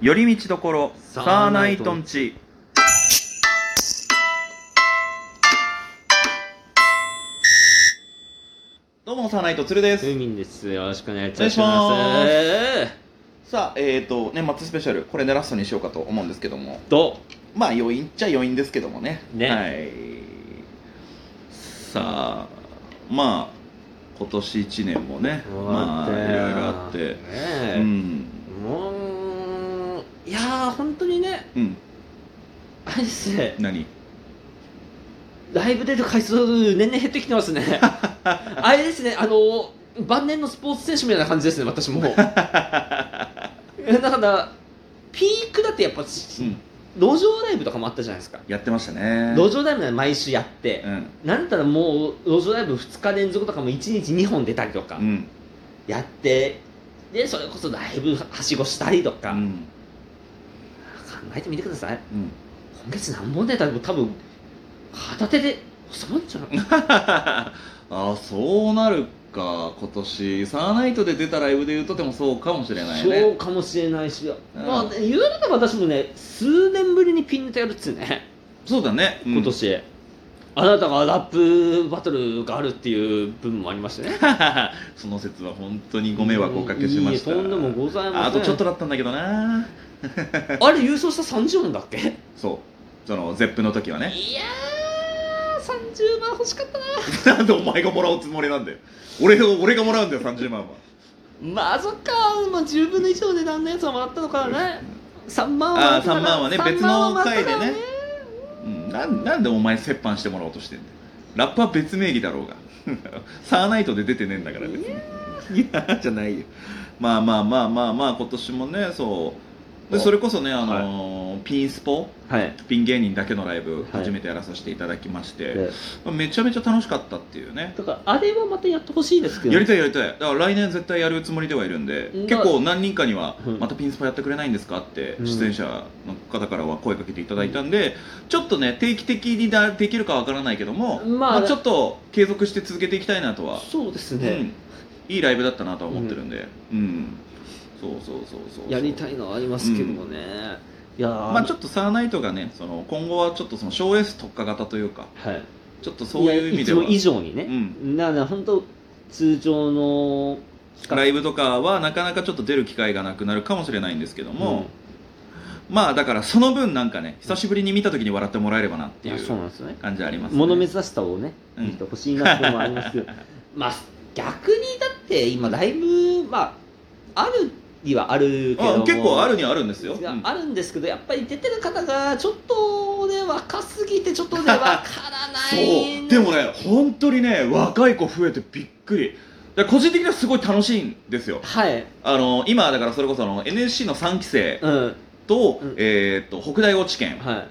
寄り道どころササーーナナイイトトンンチどうもサーナイトつるです、ミンです。よろしくお願いいたたししますます。さあえっ、ー、と年末スペシャルこれでラストにしようかと思うんですけどもと、まあ余韻っちゃ余韻ですけどもねねはいさあまあ今年1年もねまあいろいろあって、ねえうんもう、いやー、本当にね、うんあれですね、何ライブ出る回数、年々減ってき てますね。あれですね、あの、晩年のスポーツ選手みたいな感じですね、私も。だから、ピークだってやっぱ、うん路上ライブとかもあったじゃないですか。やってましたね路上ライブなら毎週やって、うんなんだったらもう路上ライブ2日連続とかも1日2本出たりとかうんやって、でそれこそライブはしごしたりとか、う考んえてみてくださいうん今月何本出たら多分片手で収まるんじゃない ああそうなるか今年サーナイトで出たライブで言うとでもそうかもしれないそねうかもしれないし、うんまあ言うなれば私もね数年ぶりにピンネタやるっつうねそうだね今年、あなたがラップバトルがあるっていう分もありましてねうん その説は本当にご迷惑をおかけしましたいいえとんでもございませんあとちょっとだったんだけどなあれ優勝した30万だっけいやそうそのゼップの時はね ー30万欲しかったななんでお前がもらうつもりなんだよ俺を俺がもらうんだよ30万はまあそっか、まあ、10分の1の値段のやつはもらったのかね3万あはあ3万はね別の回でねねうんなんなんでお前折半してもらおうとしてんだよラップは別名義だろうが サーナイトで出てねえんだから別にいや じゃないよまあまあまあまあまあ今年もねそうでおそれこそねあのーピンスポはいピン芸人だけのライブはい初めてやらさせていただきまして、まあめちゃめちゃ楽しかったっていうねだからあれはまたやってほしいですけどやりたいやりたいだから来年絶対やるつもりではいるんでうん結構何人かにはうんまたピンスポやってくれないんですかってうん出演者の方からは声かけていただいたんでちょっとね定期的にだできるかわからないけどもままああちょっと継続して続けていきたいなとはそうですうねん、いいライブだったなとは思ってるんで、うんそうそうそうそうそうやりたいのはありますけどもね、いやーまあちょっとサーナイトがねその今後はちょっとその賞 S 特化型というかはいちょっとそういう意味でやはいつも以上にね、うんだから本当通常のライブとかはなかなかちょっと出る機会がなくなるかもしれないんですけども、まあだからその分なんかね久しぶりに見た時に笑ってもらえればなっていいやそううなんですよね感じありますね物珍しさをねうん見てほしいなっていうのもありますけど、 まあ逆にだって今ライブまああるにはあるけどあも結構あるにはあるんですよ、いやうんあるんですけどやっぱり出てる方がちょっとね若すぎてちょっとねわからなそいうでもね本当にね若い子増えてびっくりで個人的にはすごい楽しいんですよはいあの今だからそれこそあの NSC の3期生うんと,、うんえー、と北大落ち県は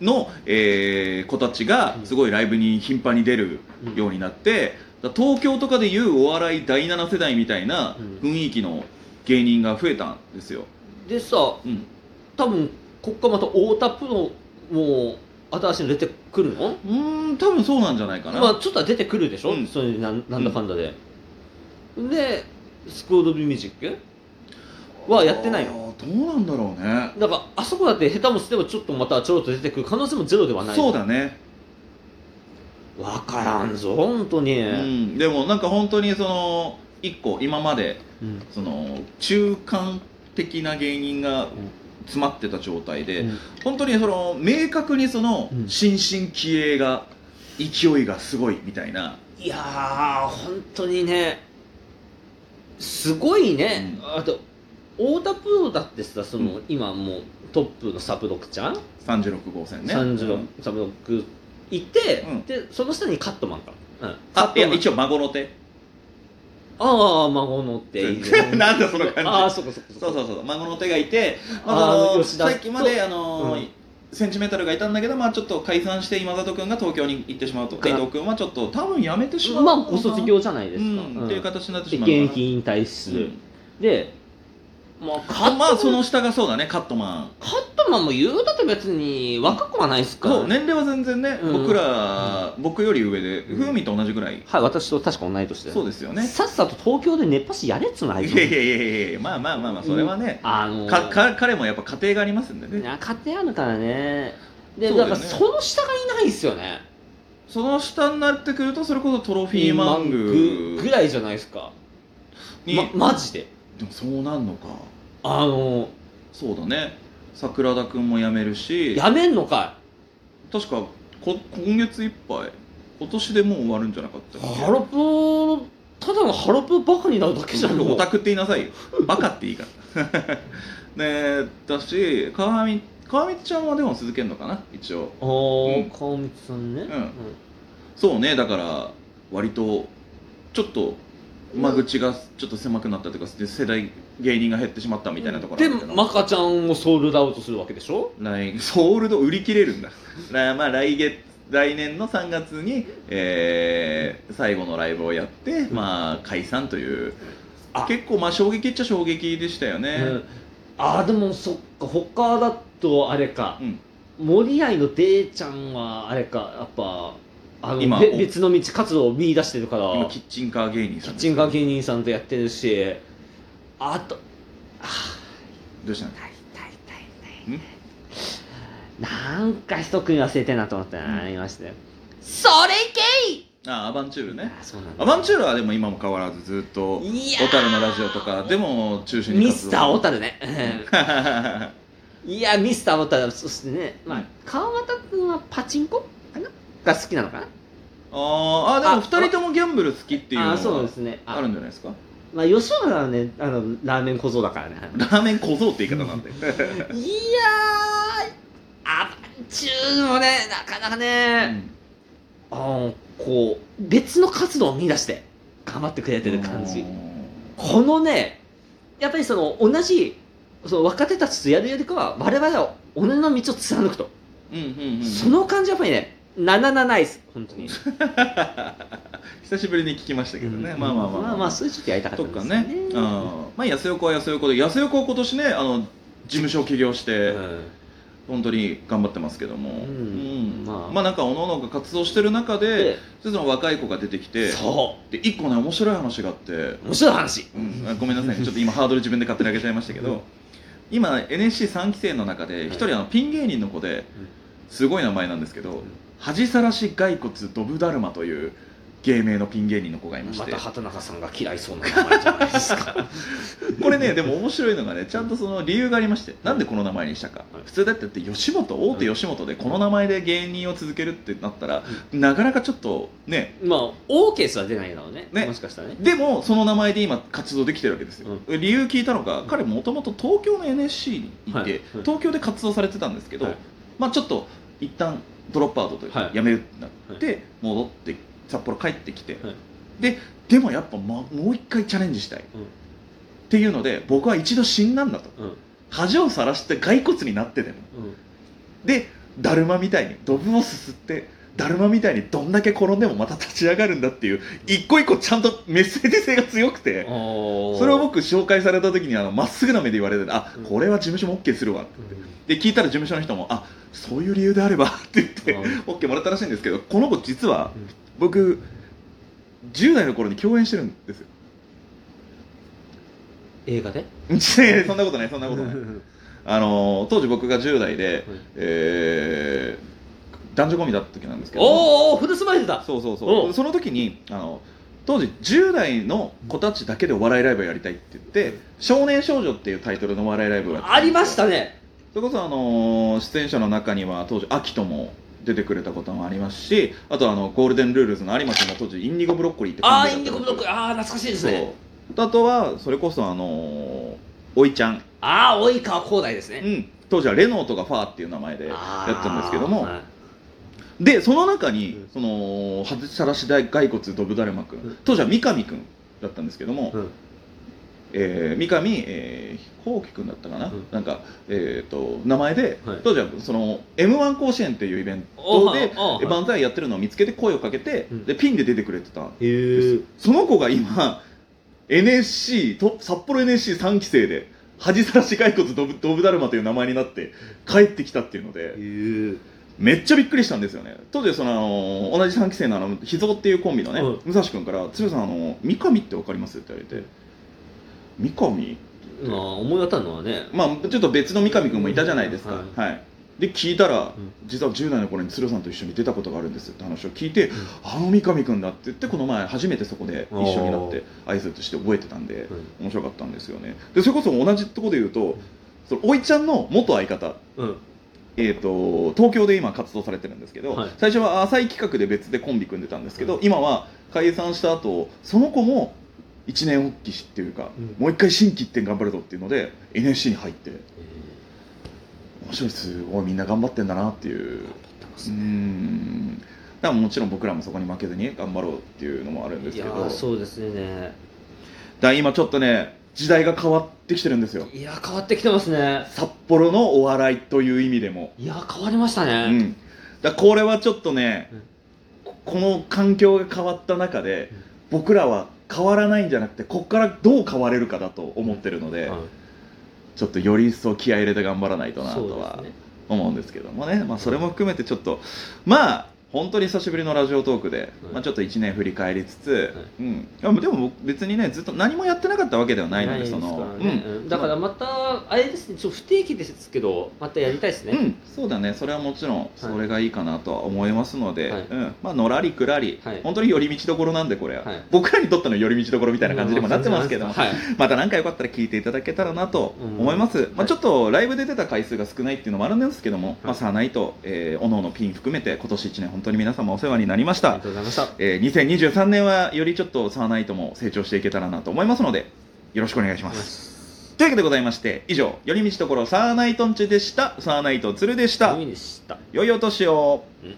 の、えー子たちがうんすごいライブに頻繁に出るいようになって、だから東京とかでいうお笑い第7世代みたいなうん雰囲気の芸人が増えたんですよ、でさうん多分こっからまた太田プロも新しいの出てくるのうーん多分そうなんじゃないかな、まあちょっとは出てくるでしょ、うんそういうなんなんだかんだで、でスクール・オブ・ミュージックはやってないのあーどうなんだろうねだからあそこだって下手もすればちょっとまたちょろっと出てくる可能性もゼロではないそうだね、わからんぞ本当に、うん、でもなんか本当にその一個今までうんその中間的な芸人が詰まってた状態で、本当にその明確にそのうん新進気鋭が勢いがすごいみたいな、いやー本当にねすごいね、うあと太田プロだってさその、う今もうトップのサブロックちゃん、 36号線ね36サブロックいて、うんでその下にカットマンか、うん、カッあトいマンや一応孫の手ああ孫のってい うなんだその感じああそこそこそううそうそう孫の手がいて、まああーその吉田とさっきまであのーうんセンチメンタルがいたんだけど、まあ、ちょっと解散して今里君が東京に行ってしまうとか伊藤君はちょっと多分やめてしまうまあのかなご卒業じゃないでうすか、んっていう形になってでしま現うのかな役引退すうる、んでまあ、カットマン、まあその下がそうだねカットマンカットマンも言うだって別に若くはないですから。そう年齢は全然ね、うん僕ら、僕より上でうん風味と同じぐらい、はい、私と確か同い年で。そうですよねさっさと東京で熱波師やれっつうのあいついやいやいやいやいやまあまあまあまあそれはね、あのーかか彼もやっぱ家庭がありますんでねな家庭あるからねでそうだだよねからその下がいないんですよねその下になってくるとそれこそトロフィーマングぐらいじゃないですか、に、ま、マジででもそうなんのかあのそうだね桜田君も辞めるしやめんのか確かこ今月いっぱい今年でもう終わるんじゃなかったいっけハロプロただのハロプロバカになるだけじゃんオタクって言いなさいよバカっていい からねえだし川上川上ちゃんはでも続けるのかな一応あー、うん川光さんね、んそうねだから割とちょっと間口がちょっと狭くなったというかで世代芸人が減ってしまったみたいなところであるけどマカちゃんをソールドアウトするわけでしょ来 ソールド売り切れるんだなまあ来月来年の3月に、えー最後のライブをやって、まあ、解散というあ結構まあ衝撃っちゃ衝撃でしたよね、うんあーでもそっか他だとあれか、うん森合のデイちゃんはあれかやっぱあの今べお別の道活動を見出してるから今キッチンカー芸人キさんッですチンカー芸人さんとやってるしあとあどうしたの痛い痛い痛い痛いなんか一組忘れてんなと思ったうんなありましたよそれけいあアバンチュールねあそうなんだアバンチュールはでも今も変わらずずっといやー小樽のラジオとかでも中心にミ活スター動小樽ねうん樽いやミスター小樽そしてね、まうあん、川又君はパチンコかなが好きなのかな あーあでもあ二人ともギャンブル好きっていうのあそうはですねあるんじゃないですかまあ、吉岡さんはねあのラーメン小僧だからねラーメン小僧って言い方 なんでいやーアバンチューもねなかなかね、あのこう別の活動を見出して頑張ってくれてる感じこのねやっぱりその同じその若手たちとやるよりかは我々は己の道を貫くと、うんうんうんうんその感じはやっぱりねなななないです本当に、 久しぶりに聞きましたけどね、まあまあまあまあそういうちょっとやりたかったとんかですね、うん、まあ安横は安横で安横は今年ねあの事務所を起業して、うん本当に頑張ってますけども、うんまあ、まあなんかおのおのが活動してる中ででその若い子が出てきてそで一個ね面白い話があって、う面白い話、うんあごめんなさ いねちょっと今ハードル自分で勝手に上げちゃいましたけうんど今 NSC3 期生の中で一人あのピン芸人の子ですごい名前なんですけど恥さらし骸骨ドブダルマという芸名のピン芸人の子がいましまてた畑中さんが嫌いそうな名前じゃないですかこれねでも面白いのがねちゃんとその理由がありましてなんでこの名前にしたかはい普通だってって吉本大手吉本でこの名前で芸人を続けるってなったらなかなかちょっとねまあオーケースは出ないだろうねねもしかしたらねでもその名前で今活動できてるわけですよ、理由聞いたのが彼もともと東京の NSC にいて、はいはい東京で活動されてたんですけど、はいまあちょっと一旦ドロップアウトというかはい辞めるってなって戻って札幌帰ってきて、はいででもやっぱ、ま、もう一回チャレンジしたい、うんっていうので僕は一度死んだんだとうん恥をさらして骸骨になってでもうんでだるまみたいにドブをすすってだるまみたいにどんだけ転んでもまた立ち上がるんだっていう一個一個ちゃんとメッセージ性が強くてそそれを僕紹介された時にあのまっすぐな目で言われてあうんこれは事務所も OK するわで聞いたら事務所の人もあそういう理由であれば って言ってあ OK もらったらしいんですけどこの子実はうん僕10代の頃に共演してるんですよ 映画でいやいやそんなことないそんなことないうんあの当時僕が10代でえー男女コンビだった時なんですけどおーおーフルスマイルだそうそうそううんその時にあの当時10代の子たちだけでお笑いライブをやりたいって言って「少年少女」っていうタイトルのお笑いライブをやってありましたねねそれこそ、あのー出演者の中には当時秋人も出てくれたこともありますしあとあのゴールデンルールズの有馬君も当時インディゴブロッコリーってコあビだあイっンデたィこコブとロックああ懐かしいですそうねあとはそれこそあのーおいちゃん、ああ及川光大ですうねん、当時はレノーとかファーっていう名前でやあーってたんですけども、はいでその中に、うんその恥さらし大骸骨ドブダルマ君、うん当時は三上君だったんですけども、うんえー三上、えー、ほうき君だったかな、うんなんか、えー、と名前で、はい当時はその m 1甲子園っていうイベンおトはでおはえ漫才やってるのを見つけて声をかけて、うんでピンで出てくれてたんへです、えその子が今 NSC と札幌 NSC3 期生で恥さらし骸骨ドブドブダルマという名前になって帰ってきたっていうのでいうめっちゃびっくりしたんですよね当時そのあの同じ3期生のあの秘蔵っていうコンビのね、うん武蔵君から「鶴さんあの三上って分かります?」って言われて「三上?」まあ思い当たるのはねまあちょっと別の三上君もいたじゃないですか、はいで聞いたら、うん実は10代の頃に鶴さんと一緒に出たことがあるんですって話を聞いて、んあの三上君だって言ってこの前初めてそこで一緒になって挨拶して覚えてたんでう面白かったんですよねでそれこそ同じところで言うとそのおいちゃんの元相方んうんえー、と東京で今活動されてるんですけど、はい最初は浅い企画で別でコンビ組んでたんですけど、うん今は解散した後その子も一年発起しっていうか、うんもう一回新規一点頑張るぞっていうので NSC に入って面白いですごいみんな頑張ってんだなっていう頑張ってまうすーねんだからもちろん僕らもそこに負けずに頑張ろうっていうのもあるんでいすけやどーだかそうですねら今ちょっとね時代が変わってきてるんですよいや変わってきてますね札幌のお笑いという意味でも。いや変わりましたうね、ん、だからこれはちょっとね、うんここの環境が変わった中で僕らは変わらないんじゃなくてここからどう変われるかだと思ってるので、はいちょっとより一層気合い入れて頑張らないとなそうとですはね思うんですけどもね、まあ、それも含めてちょっとまあ本当に久しぶりのラジオトークで、はいまあ、ちょっと1年振り返りつつ、うんいや、でも僕別にねずっと何もやってなかったわけではないのでですそのからねうんうんだからまたあれですねちょっと不定期ですけどまたやりたいですね、うん、そうだねそれはもちろんそれがいいかなとは思いますので、はいうんまあ、のらりくらり、はい本当に寄り道どころなんでこれは、はい僕らにとっての寄り道どころみたいな感じにもなってますけど、はい、また何かよかったら聞いていただけたらなと思います、んまあ、ちょっとライブで出た回数が少ないっていうのもあるんですけども、まあ、はいさあないと、えー、おのおのピン含めて今年1年本当に皆様お世話になりましありたが、とうございましたえー、2023年はよりちょっとさあないとも成長していけたらなと思いますのでよろしくお願いしますというわけでございまして以上寄り道どころサーナイトンチでしたサーナイト鶴でした海でした良いお年をうん